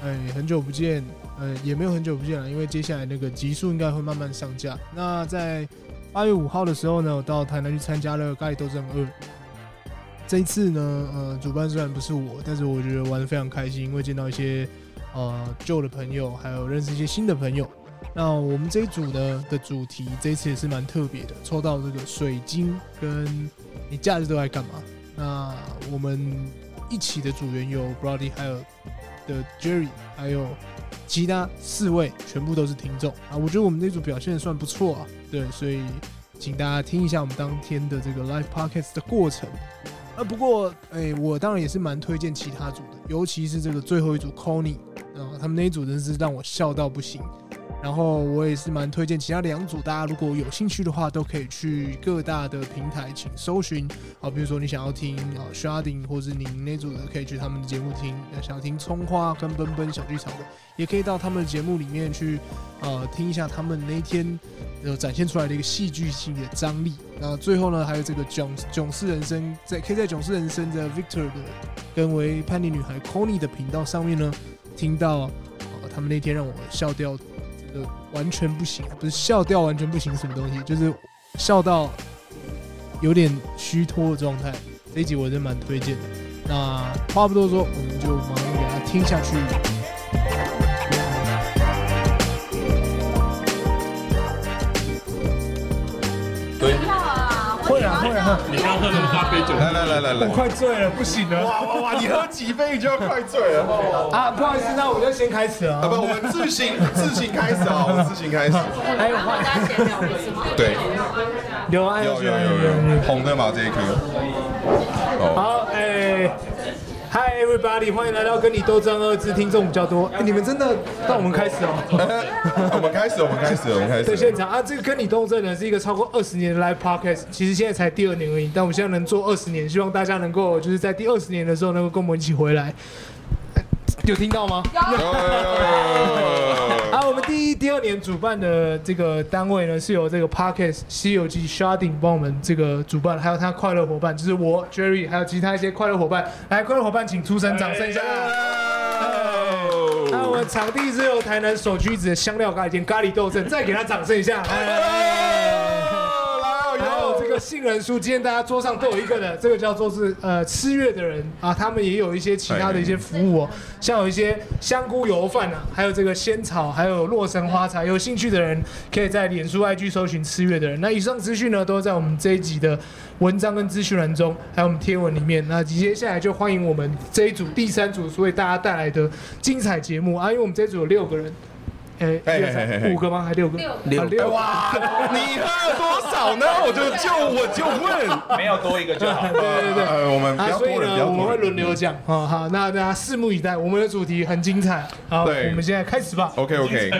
哎，很久不见，呃，也没有很久不见了，因为接下来那个集数应该会慢慢上架。那在八月五号的时候呢，我到台南去参加了《咖喱斗争二》。这一次呢，呃，主办虽然不是我，但是我觉得玩的非常开心，因为见到一些呃旧的朋友，还有认识一些新的朋友。那我们这一组呢的主题，这一次也是蛮特别的，抽到这个水晶跟你假日都在干嘛？那我们一起的组员有 Brody，还有的 Jerry，还有其他四位全部都是听众啊。我觉得我们这组表现算不错啊，对，所以请大家听一下我们当天的这个 live podcast 的过程。啊，不过哎、我当然也是蛮推荐其他组的，尤其是这个最后一组 Conny 啊，他们那一组真是让我笑到不行。然后我也是蛮推荐其他两组，大家如果有兴趣的话，都可以去各大的平台请搜寻啊，比如说你想要听啊 Sharding，或是您那组的，可以去他们的节目听；那想要听葱花跟奔奔小剧场的，也可以到他们的节目里面去呃听一下他们那一天呃展现出来的一个戏剧性的张力。那最后呢，还有这个囧囧事人生，在可以在囧事人生的 Victor 的跟为叛逆女孩 c o n y 的频道上面呢，听到呃他们那天让我笑掉。呃，完全不行，不是笑掉完全不行什么东西，就是笑到有点虚脱的状态。这一集我真蛮推荐的。那话不多说，我们就马上给大家听下去。会啊会啊，你刚喝那么大杯酒，来来来来我来，快醉了，不行了哇哇哇！你喝几杯你就要快醉了哦。啊！不好意思，那我就先开始啊不，啊。我们自行自行开始啊，我们自行开始。还有话，对，有啊有有有有，红的嘛这一颗。哦，好，哎、嗨 h i everybody，欢迎来到跟你斗争二字，听众比较多。哎你们真的到我们开始哦。我们开始，我们开始，我们开在现始。场啊，这个跟你斗争呢是一个超过二十年的 live podcast，其实现在才第二年而已，但我们现在能做二十年，希望大家能够就是在第二十年的时候能够跟我们一起回来。有听到吗？啊，我们第一、第二年主办的这个单位呢，是由这个 Parkes《西游记》Sharding 帮我们这个主办，还有他快乐伙伴，就是我 Jerry，还有其他一些快乐伙伴。来，快乐伙伴，请出声，掌声一下。那我们场地是由台南首屈一指的香料咖喱店咖喱斗争，再给他掌声一下。还有这个杏仁酥，今天大家桌上都有一个的，这个叫做是呃吃月的人啊，他们也有一些其他的一些服务哦，像有一些香菇油饭啊，还有这个仙草，还有洛神花茶，有兴趣的人可以在脸书 IG 搜寻吃月的人。那以上资讯呢，都在我们这一集的文章跟资讯栏中，还有我们贴文里面。那接下来就欢迎我们这一组第三组所为大家带来的精彩节目啊，因为我们这一组有六个人。哎，嘿嘿嘿嘿五个吗？还六个？六个六六个。哇，你喝了多少呢？我就就我就问。 没有多一个就好。对对对。呃，我们不啊，要所多以人，不呢，要我们多会人。轮流讲。好嗯哦好，那大家拭目以待，我们的主题很精彩。好，对我们现在开始吧。 OK OK。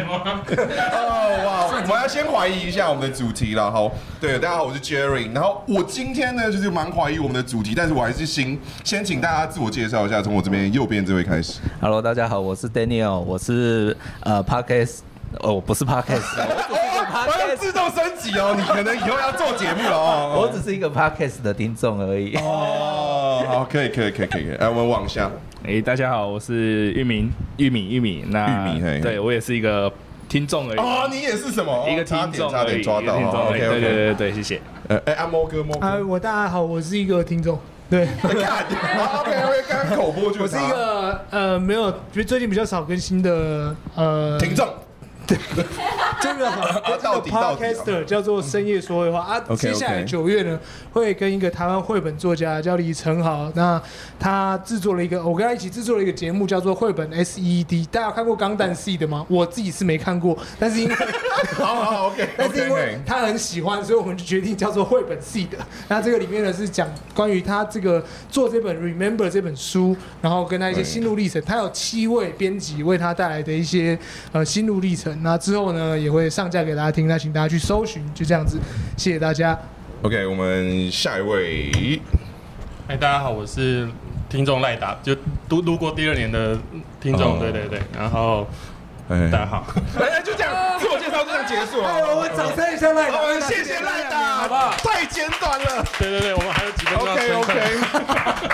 哦哇，我要先怀疑一下我们的主题了。好，对，大家好，我是 Jerry。然后我今天呢，就是蛮怀疑我们的主题，但是我还是先先请大家自我介绍一下，从我这边右边这位开始。 Hello，大家好，我是 Daniel，我是呃 Parkes，哦，我不是 Parkes，我哎只是一个我要 Parkes，哎自动升级哦，你可能以后要做节目了我哦。只是一个 Parkes 的听众而已。哦， 好，可以可以可以可以可以，来我们往下。哎、大家好，我是玉明，玉米，玉米，那玉米嘿对我也是一个听众而已。哦，你也是什么？一个差听点众差而点已，抓到。哦一个听众而 OK 已对对 OK。对对，谢谢。呃，哎，按摩哥，摸啊，哥。我大家好，我是一个听众，对， 看，OK OK，刚刚口播就我是一个呃没有，就最近比较少更新的呃听众。这个 好啊这到个底到底 podcaster 叫做深夜说会话啊。 OK，OK 接下来九月呢，会跟一个台湾绘本作家叫李承豪，那他制作了一个，我跟他一起制作了一个节目，叫做绘本 SED。大家有看过《钢弹 C》的吗？我自己是没看过，但是因为好好好，OK，但是因为 OK，OK 他很喜欢，所以我们就决定叫做绘本系的。 那这个里面呢是讲关于他这个做这本《Remember》这本书，然后跟他一些心路历程。他有七位编辑为他带来的一些呃心路历程。那之后呢也会上架给大家听，那请大家去搜寻，就这样子。 谢谢大家。 OK，我们下一位，嗨，大家好，我是听众赖达，就读读过第二年的听众，哦对对对。然后哎大家好，哎，就这样，自我介绍就这样结束哎，了。我们掌声一下赖好，我们谢谢赖达，好不好？太简短了。对对对，我们还有几分钟要 OK 吹 OK，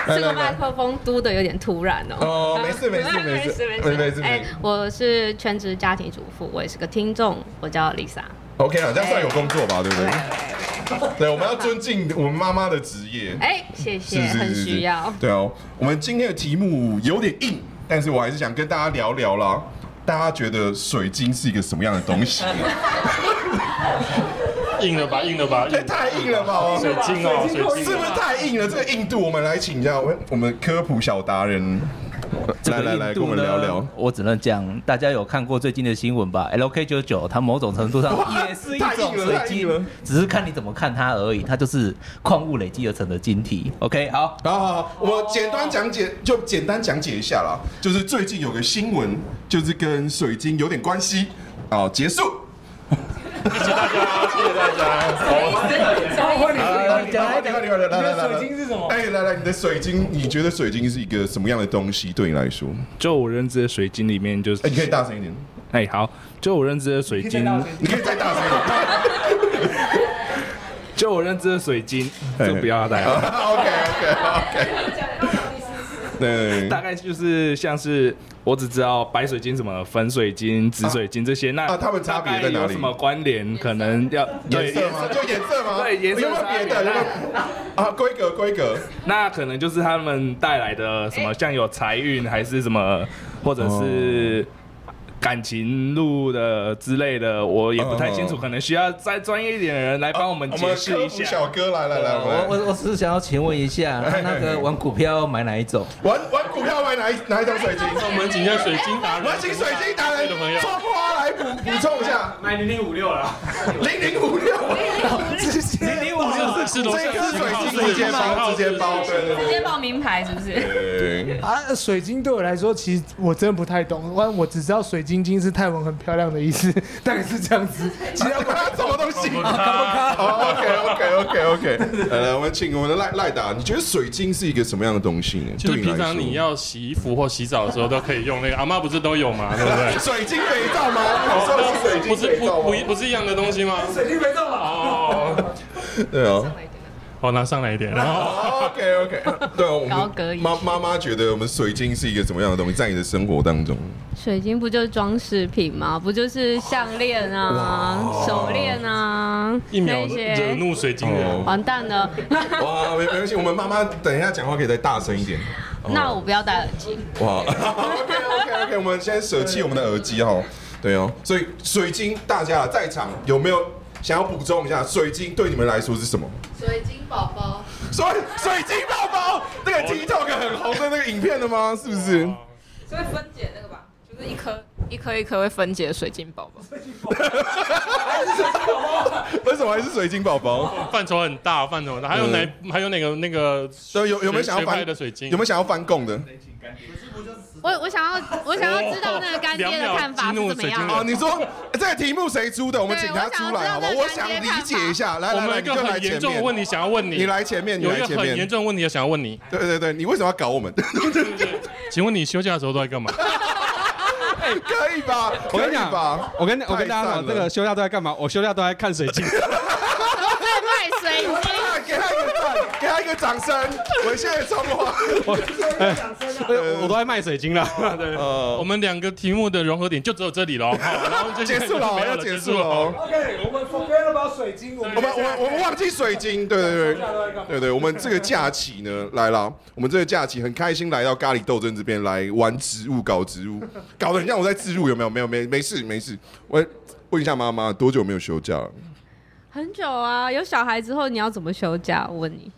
这个麦克风嘟的有点突然哦。哦没 事没事没事没没事事没事哎，我是全职家庭主妇，我也是个听众，我叫 Lisa。 OK 啊，这样算有工作吧，对不对？对，我们要尊敬我们妈妈的职业，哎，谢是谢，是很是是需要。对哦，我们今天的题目有点硬，但是我还是想跟大家聊聊啦。大家觉得水晶是一个什么样的东 西？硬了吧，硬了吧，哎，太硬了吧！水晶哦，水晶是不是太硬了？这个硬度，我们来请教我们我们科普小达人，这个来来来印度跟我们呢聊聊我只能讲，大家有看过最近的新闻吧？LK 九九，它某种程度上也是一种水太硬了太硬了晶，只是看你怎么看它而已。它就是矿物累积而成的晶体。OK，好，好好好，我简单讲解，就简单讲解一下啦。就是最近有个新闻，就是跟水晶有点关系。好，结束。谢谢大家。讲来你讲哎看，你看，来来来来，水晶是什么哎，来来，你的水晶，你觉得水晶是一个什么样的东西？对你来说，就我认知的水晶里面，就是哎，你可以大声一点，哎好，就我认知的水晶，你可以再大声一点。就我认知的水晶，哎就不要 带了。 OK OK OK。对，大概就是像是我只知道白水晶、什么粉水晶、紫水晶这些，那啊它们差别在哪里大概有什么关联？可能要颜对色吗？就颜色吗？对颜色有没有别的？有没有啊？规格规格。那可能就是他们带来的什么，像有财运还是什么，或者是哦感情路的之类的，我也不太清嗯楚，可能需要再专业一点的人来帮我们啊我解们释科普一下。小哥，来来来，我我我我只是想要请问一下，那那个玩股票要买哪一种？们玩玩股票买哪一哪一张水晶？那我们请一下水晶达人，我们请水晶达人的朋友创花来补补充一下，买零零五六了，零零五 六，零五六是楼这下一颗水晶是直接包，直接包，对对直接报名牌是不是？对对。 啊，水晶对我来说，其实我真的不太懂。我我只知道水晶晶是泰文很漂亮的意思， 大概是这样子。其他我 啊什么 东西？他好，OK，OK，OK，OK。来呃来，我们请我们的赖赖达，你觉得水晶是一个什么样的东西呢？就是对来平常你说要洗衣服或洗澡的时候都可以用那个，阿妈不是都 有嘛，对不对？水晶肥皂吗？我说哦的是水晶不是肥皂不吗不？不是一样的东西吗？水晶没动吧？哦，对啊。好拿上来一点，然后 OK OK，对啊， 我高歌们一妈妈妈觉得我们水晶是一个什么样的东西，在你的生活当中？水晶不就是装饰品吗？不就是项链啊、手链啊一秒那惹些？怒水晶人哦。完蛋了，哇，没没关系，我们妈妈等一下讲话可以再大声一点。那我不要戴耳机。哇 ，OK OK OK，我们先舍弃我们的耳机哦。对哦，所以水晶大家在场有没有想要补充一下？水晶对你们来说是什么？水晶宝宝，水水晶宝宝，那个 TikTok 很红的那个影片的吗？是不是？所以分解那个吧，就是一颗一颗一颗会分解的水晶宝宝。为什么还是水晶宝宝？范畴很大，范畴很大，还有哪？还有哪个那个有有有没有想要学派翻的水晶？有没有想要翻供的？我我 想要我想要知道那个干爹的看法是怎两秒激怒么样 水晶人哦，的。你说这个题目谁出的？我们请他出来好不好？对我我想想知道理解一下，来我来们有来，你就一个来很前严重的问面，题想要问你，你来前面，你有一来个前很严面。重的问题想要问你，对对对，你为什么要搞我们？请问你休假的时候都在干嘛？哎 可以吧？我跟你讲可以吧，我跟我跟大家太讲，赞了这个休假都在干嘛？我休假都在看水晶。我在卖水晶，啊给他一个赞，给他一个掌声。我们谢谢中华。我哎我我都在卖水晶了。对，呃我们两个题目的融合点就只有这里喽，好然后就结束了哦，要结束了。哦。 OK，我们 forget about 水晶，我们我们我我们忘记水晶，对对对，对对，我们这个假期呢来了，我们这个假期很开心来到咖喱斗争这边来玩植物，搞植物，搞得很像我在自入，有没有？没有没没事没事，我问一下妈妈，多久没有休假了？很久啊，有小孩之后你要怎么休假？我问你，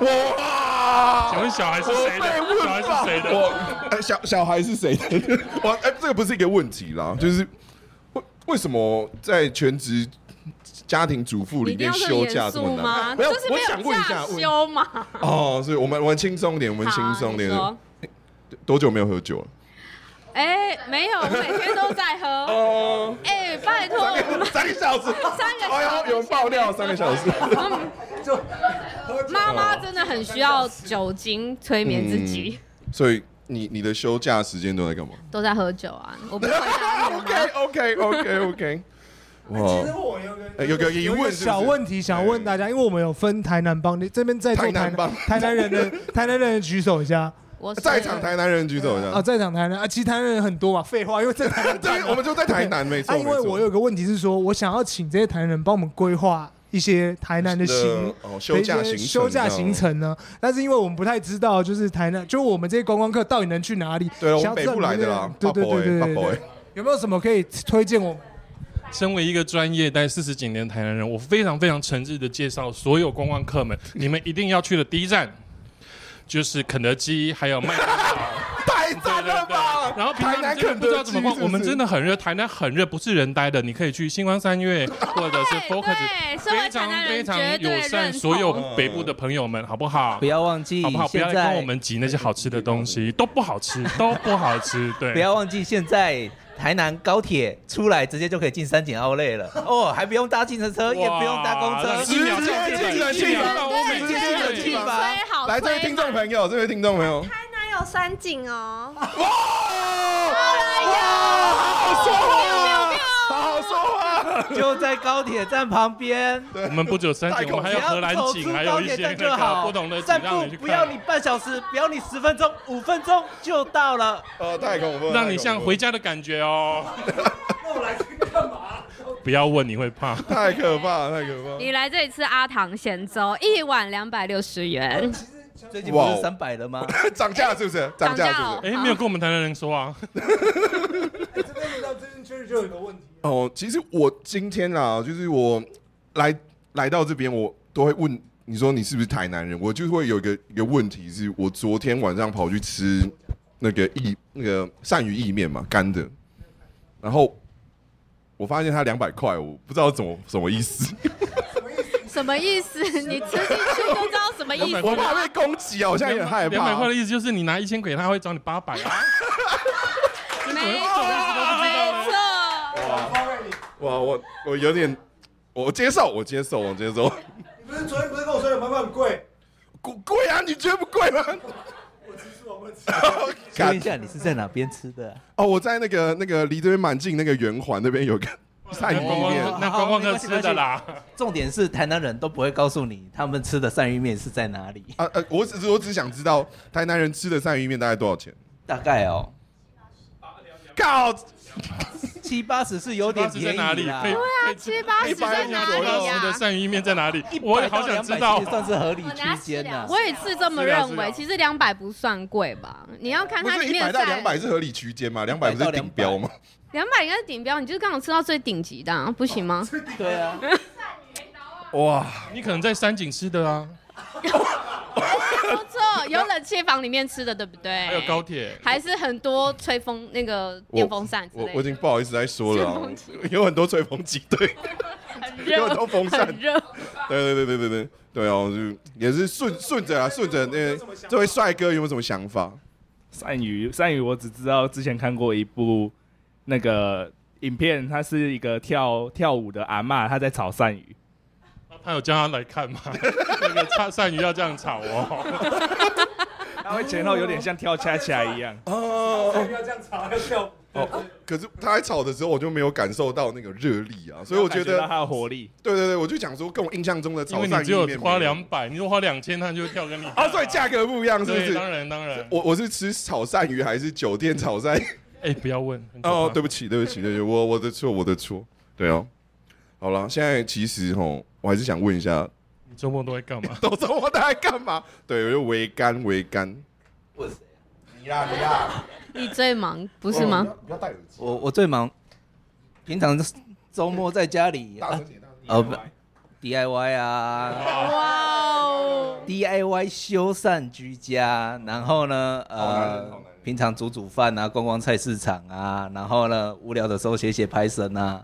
哇！请问小孩是谁被？的小孩问是谁的？我哎、小小孩是谁的？ 我哎、这个不是一个问题啦，就是为为什么在全职家庭主妇你里一定面要这休么假严这肃么吗？难？就没有，是我想没有问一下假，问休嘛。哦，所以我们我们轻松点，我们轻松点好。你说多久没有喝酒了？哎，没有，我每天都在喝。哦，哎，拜托，三个三个小时，三个哎小呦，时有人爆料，三个小时。妈妈真的很需要酒精催眠自嗯己，所以你你的休假时间都在干嘛都在喝酒啊。我不是回 答你了吗？ ？OK OK OK OK，其实哇，我有个哎有个疑问是不是小问题想问大家，因为我们有分台南帮，你这边在座台南台南帮台南人的台南人的举手一下我是在场台南人举手一啊，下。在场台南啊，其实台南人很多嘛，废话，因为在台南对，我们就在台南，没错。啊，因为没错我有个问题是说，我想要请这些台南人帮我们规划一些台南的行哦休假行程的一些休假行程呢，但是因为我们不太知道，就是台南，就我们这些观光客到底能去哪里？对了，我想们要知北道部来的啦，对对对对八对宝对，有没有什么可以推荐我们？身为一个专业待四十几年的台南人，我非常非常诚挚的介绍所有观光客们，你们一定要去的第一站就是肯德基，还有麦当劳。太赞了吧！然后平台常南你真的肯不知德道怎么逛，基，我们真的很热，台南很热，不是人待的，你可以去星光三月或者是 Focus，对，身非为台常南非人常绝对友善认同所有北部的朋友们，好不好嗯不？要忘记好不好？不要现来跟在我们挤那些好吃的东西，都不好吃，都不好吃。对，不要忘记，现在台南高铁出来直接就可以进三井奥莱了哦，还不用搭计程车，也不用搭公哇车，直接进冷气房，我每对，次绝进对冷人气气吧房。吹好，来，这位吹听众朋友，这位听众朋友，还有三井哦，哇！哇，哎好啊好说话，好好说话。就在高铁站旁边。我们不只有三太井，我恐们还只有荷要兰走啊井，出还有高一铁些站那就个好，不同的景散让你步去不要看你。半小时，不要你十分钟，五分钟就到了。呃，太恐怖了，让你像回家的感觉哦。不要问，你会怕。太可怕了，太可怕了。你来这里吃阿唐咸粥，一碗两百六十元，最近不哇哦是三百 了吗？涨价是不是？涨价是不是？哦哎，没有跟我们台南人说啊。这边到这边确实就有个问题。哦，其实我今天啦，就是我来来到这边，我都会问你说你是不是台南人，我就会有一个一个问题是，我昨天晚上跑去吃那个意那个鳝鱼意面嘛，干的，然后我发现它两百块，我不知道怎么什么意思，什么意思？你吃进去就知道什哎么意思我怕了。被攻击啊，我现在有点害两百块怕的。意思就是你拿一千给他，会找你八百啊。这没种东西都不知道没吗错，哇，我我有点，我接受，我接受，我接受，你不是昨天不是跟我说两百块很贵？贵贵啊，你觉得不贵吗？ 请问一下，你是在哪边吃的啊？哦，我在那个那个离这边蛮近那个圆环那边有个鳝鱼那观意光面。客那观光客吃的啦。重点是台南人都不会告诉你他们吃的鳝鱼面是在哪里，啊呃，我只是我只想知道台南人吃的鳝鱼面大概多少钱？大概哦靠，七八十是有点八十在便宜哪里？哎啦可以。可以吃七啊八十在150哪左里啊右呀、的鳝鱼面在哪里一？我百也到好想两知百道其实。算是合理区间啊呐。我也是这么认为，其实两百不算贵吧？你要看不它是里一百面的到两百菜，是合理区间吗？两百不是顶标吗？两百应该是顶标，你就是刚好吃到最顶级的、啊，不行吗？对啊，哇，你可能在山景吃的啊，不错，有冷气房里面吃的，对不对？还有高，铁。还是很多吹风那个电风扇之我类我已的，经不好意思在说了吹啊风机，有很多吹风机，对，很有很多热，风扇很，热。 对对对对对对对哦，就也是顺顺着啊，顺着那个这位帅哥有没有什么想法？鳝鱼，鳝鱼，我只知道之前看过一部那个影片，它是一个跳跳舞的阿嬷，她在炒鳝鱼。他有叫他来看 吗？那个鳝鳝鱼要这样炒哦。它会前后有点像跳恰恰一样，哦，要这样吵，要跳。可是他在吵的时候，我就没有感受到那个热力啊，所以我觉感到得，它的活力。对对对，我就想说，跟我印象中的因炒为鳝你鱼只有面没花有两百，你如果花两千，他就跳跟你。啊，所以价格不一样，是不对，是？当然当然。我我是哦吃炒鳝鱼还是酒店炒鳝？哎，不要问。很可怕哦，对不起，对不起，对不起，我我的错，我的错。对哦，好了，现在其实吼，我还是想问一下，？你周末都在干 嘛董总我大概干嘛？对，我就围干围干。问谁啊你啦你啦，你最忙不是吗？哦不要戴耳机。我我最忙，平常周末在家里大啊声点，大声点。哦不 DIY 啊哇哦， ，DIY 修缮居家，然后呢，好男人呃好男人，平常煮煮饭啊，逛逛菜市场啊，然后呢，无聊的时候写写 Python 啊，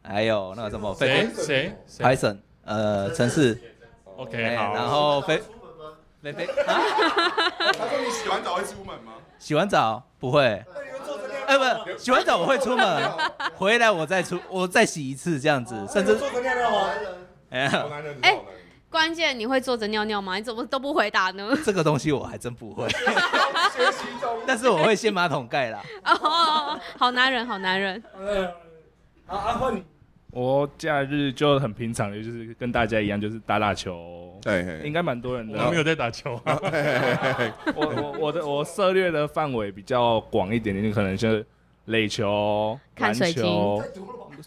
还有那个什么哎谁谁谁 Python 呃程式， ？OK，哎，好。然后飞飞飞啊，他说你洗完澡会出门吗？洗完澡不会，哎不，洗完澡我会出门，回来我再出我再洗一次这样子，哦甚至做成尿尿吗？哎呀好男人，哎好男人。关键你会坐着尿尿吗？你怎么都不回答 呢？这个东西我还真不会，学习中。但是我会掀马桶盖啦。哦，好男人，好男人，好，阿换你。我假日就很平常的，就是跟大家一样，就是打打球，嘿嘿应该蛮多人的。我没有在打球啊，我我我的我涉猎的范围比较广一点点，就可能就是垒球、看篮水晶球、哎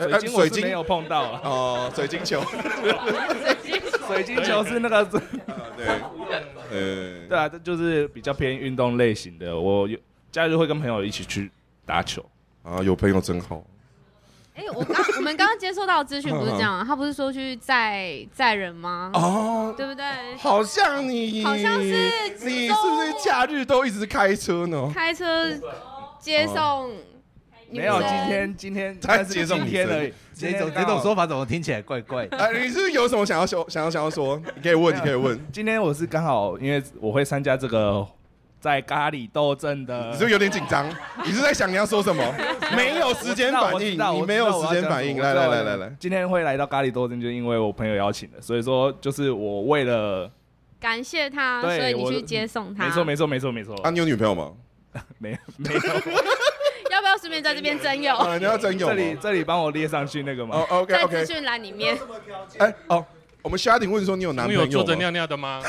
水晶我水是晶没有碰 到啊， 哦，水晶球，水晶球是那个 对，呃，对啊，这就是比较偏运动类型的。我有假日会跟朋友一起去打球，啊，有朋友真好。哎、我刚、 我们刚刚接收到的资讯不是这样啊、他不是说去载载人吗？哦，对不对？好像你，好像是你是不是假日都一直开车呢？开车接送哦女没有生今天今天他但是接送今天女生而已。今这天种刚这好种说法怎么听起来怪怪的？哎，你是不是有什么想要说，想要想要说？你可以啊问，你可以问。今天我是刚好因为我会参加这个在咖喱斗争的你是不是有点紧张？你是在想你要说什 么？没有时间反应，你没有时间反应。来来来来来，今天会来到咖喱斗争，就是因为我朋友邀请的，所以说就是我为了感谢他，对所以你我去接送他。没错没错没错没错，啊，你有女朋友吗？ 没有没有，要不要顺便在这边 征友？哦啊，你要真有吗？这里这里帮我列上去那个哦嘛， ，OK 在资 OK，讯栏里面，哎哦，我们虾顶问说你有男你朋有坐友着吗？尿尿的吗？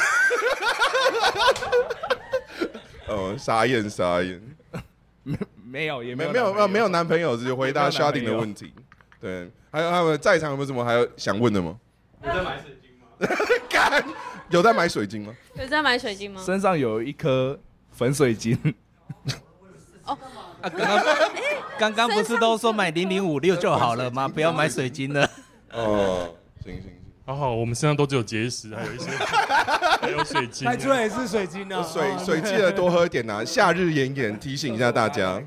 哦，傻眼傻眼，没有也没没有没有没有没有男朋友，就回答没有男朋友虾顶的问题。对，还有他们在场有没有什么还有想问的吗？ 干有在买水晶吗？有在买水晶吗？身上有一颗粉水 晶，哎啊，刚刚刚刚不是都说买零零五六就好了吗？不要买水晶了。哦，行行行，好好，我们身上都只有结石，还有一 些还有水晶拍。出来也是水晶啊，水哦水记得多喝一点呐，夏日炎炎提醒一下大家。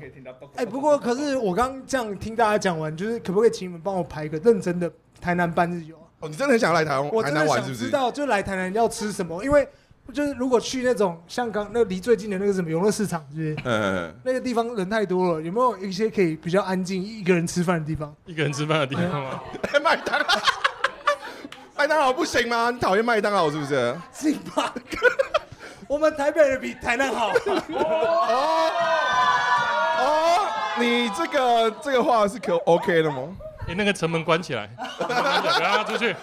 哎、不过可是我刚这样听大家讲完，就是可不可以请你们帮我排一个认真的台南半日游啊？哦，你真的很想来台湾我台真南的玩想是不知是？道，就来台南要吃什么，因为就是如果去那种像刚那离最近的那个什么游乐市场，是不是？嗯，那个地方人太多了，有没有一些可以比较安静一个人吃饭的地方？一个人吃饭的地方 吗？哎麦当劳，麦当劳不行吗？你讨厌麦当劳是不是？信吧，我们台北人比台南好。哦哦，你这个这个话是可 OK 的吗？哎，那个城门关起来， 慢慢的不要让他出去。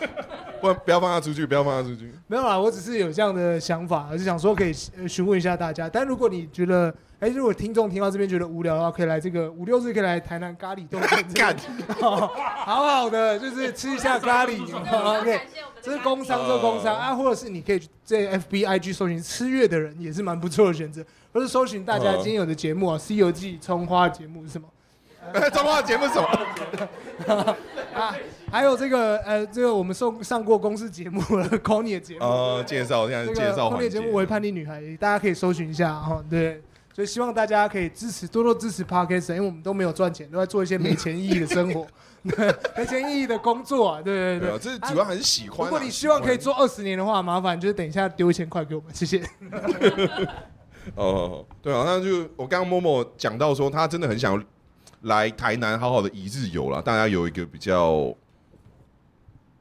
不，不要放他出去，不要放他出去。没有啦，我只是有这样的想法，我是想说可以呃询问一下大家。但如果你觉得，哎、如果听众听到这边觉得无聊的话，可以来这个五六日可以来台南咖喱豆干这 干个，哦好好的就是吃一下咖喱。哦 OK，这是工商，这是工商啊，或者是你可以去在 FBIG 搜寻吃月的人，也是蛮不错的选择。或是搜寻大家哦今天有的节目啊，《西游记》葱花节目是什么？中华节目什么？啊，还有这个呃，这个我们送上过公司节目了 c o n y 的节目，呃，介绍现在这是个介绍公环益节节目《为叛逆女孩》，大家可以搜寻一下哈、哦。对，所以希望大家可以支持，多多支持 Podcast，因为我们都没有赚钱，都在做一些没钱意义的生活，对，没钱意义的工作啊。对对对对啊，。这主要还是喜欢如啊。果你希望可以喜做二十年的话，麻烦就是等一下丢一千块给我们，谢谢。欢哦，哦对啊，那就我刚刚默默讲到说，他真的很想来台南好好的一日游啦，大家有一个比较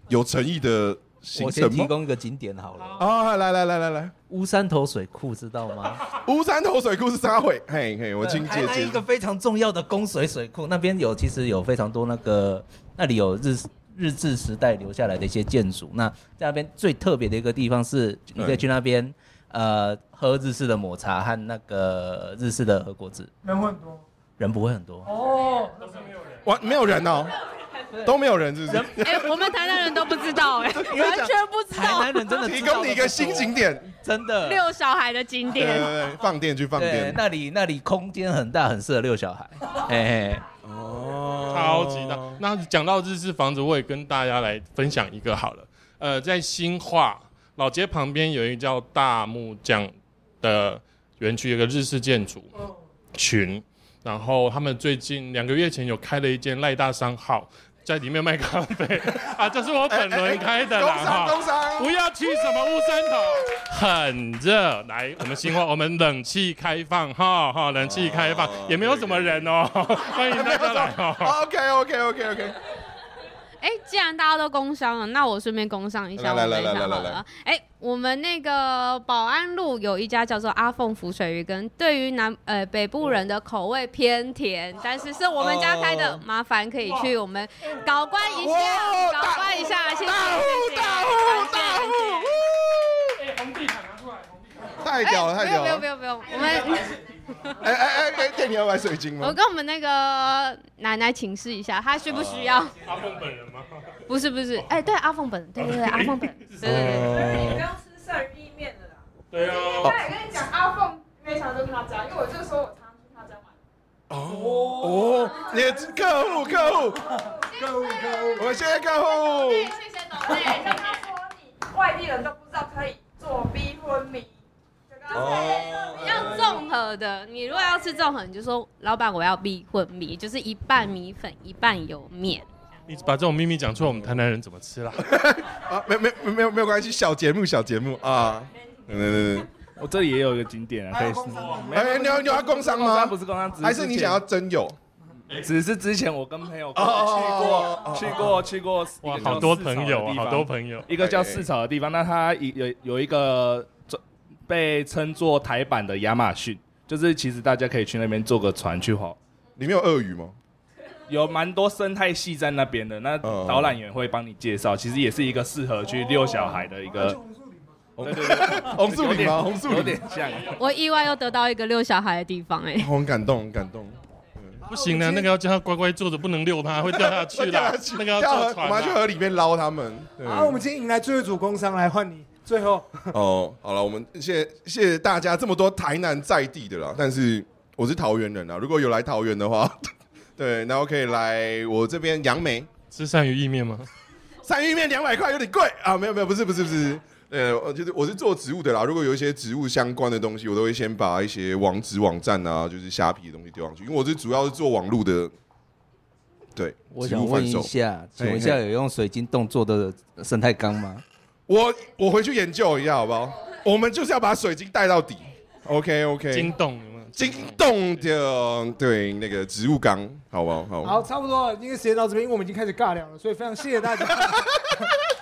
有诚意的行我先程提吗？供一个景点好了，啊，来来来来来，乌山头水库知道吗？乌山头水库是沙会，嘿嘿，我亲姐台南一姐个非常重要的供水水库，那边有其实有非常多那个，那里有日日治时代留下来的一些建筑。那在那边最特别的一个地方是，你可以去那边呃喝日式的抹茶和那个日式的和果汁，人会很多人不会很多。哦，完没有人哦，都没有人是不是？哎、我们台南人都不知道、哎，因为讲完全不知台道南人真的知 道提供你一个新景点，真的。遛小孩的景对对啊点。对，放电去放对电， 那里那里空间很大，很适合遛小孩。哎、嘿哦，超级大。那讲到日式房子，我也跟大家来分享一个好了。呃，在新化老街旁边有一个叫大木匠的园区，有个日式建筑哦群。然后他们最近两个月前有开了一间赖大商号，在里面卖咖 啡啊，这是我本轮开的啦哎工哈商工商，不要去什么乌山头，很热。来，我们新化，我们冷气开放哈哈，冷气开放，也没有什么人哦， 欢 哎迎大家来哦。 OK OK OK OK，哎，既然大家都工商了，那我顺便工商一下我来们来一来下好来来来了。哎，我们那个保安路有一家叫做阿凤浮水鱼羹，对于南呃北部人的口味偏甜，但是是我们家开哦的，麻烦可以去我们搞关一下，搞关一下，谢谢谢谢，大户大户，太哎屌了太不用屌不了用不！用不用，我们 哎哎哎哎，店你要买水晶我吗？跟我们那个奶奶请示一下，她需不需要？哦阿凤本人吗？哦不是不是，哎，对阿凤本，对对 对，阿凤本，对对对。不用吃鳝鱼意面的啦。对我哦，也哎跟你讲，阿凤没想到他家，因为我就说我常常去他家买。哦，你的客户客户客户客户，我现在客户谢谢董内，像他说你外地人都不知道可以做逼婚迷，就刚才要综合的，你如果要吃综合，你就说老板我要米混米，就是一半米粉一半油面。你把这种秘密讲出来，我们台南人怎么吃啦？啊，没没没有没有关系，小节目小节目啊，对对对我哦这里也有一个景点啊，可以。对，哎，你要你要工商工吗商？不是工商，只是还是你想要真有？只是之前我跟朋友哦哦哦哦哦去过去过去过 哇一，个好叫多市场朋的友啊，地好方多朋友。一个叫市草的地方，那它有有有一个呃被称作台版的亚马逊，就是其实大家可以去那边坐个船去划，里面有鳄鱼吗？有蛮多生态系在那边的。那嗯导览员会帮你介绍，其实也是一个适合去遛小孩的一个。对对对，哦红树 有林点吗？红树有林点，像。我意外又得到一个遛小孩的地方哎、哦很感动，很感动。不行啊的，那个要叫他乖乖坐着，不能遛他，会 掉下去掉啦下去。那个要掉坐河，我船啊们要去啦。河里面捞他们。对好，我们今天迎来最后一组工商，来换你最后。哦，好了，我们谢谢谢大家这么多台南在地的啦，但是我是桃园人啊，如果有来桃园的话， 对，然后可以来我这边杨梅吃鳝鱼意面吗？鳝鱼面两百块有点贵啊，没有没有，不是不是不是。呃，我就是我是做植物的啦，如果有一些植物相关的东西，我都会先把一些网址、网站啊，就是虾皮的东西丢上去，因为我是主要是做网络的，对，我植想物问贩一售。下，请问一下有用水晶洞做的生态缸吗？我我回去研究一下好不好？我们就是要把水晶带到底。OK OK，惊动有没有？惊动的对那个植物缸，好不好？好。好，差不多了，因为时间到这边，因为我们已经开始尬聊了，所以非常谢谢 大家，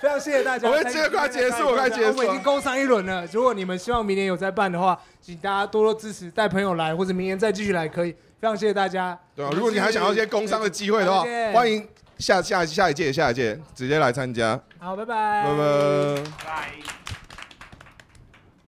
非常谢谢大家。我们这个快结束我快结束了我们已经工商一轮了。如果你们希望明年有再办的话，请大家多多支持，带朋友来，或者明年再继续来可以。非常谢谢大家。对啊，如果你还想要一些工商的机会的话再见，欢迎下下下一届下一届直接来参加，好，拜拜，拜拜。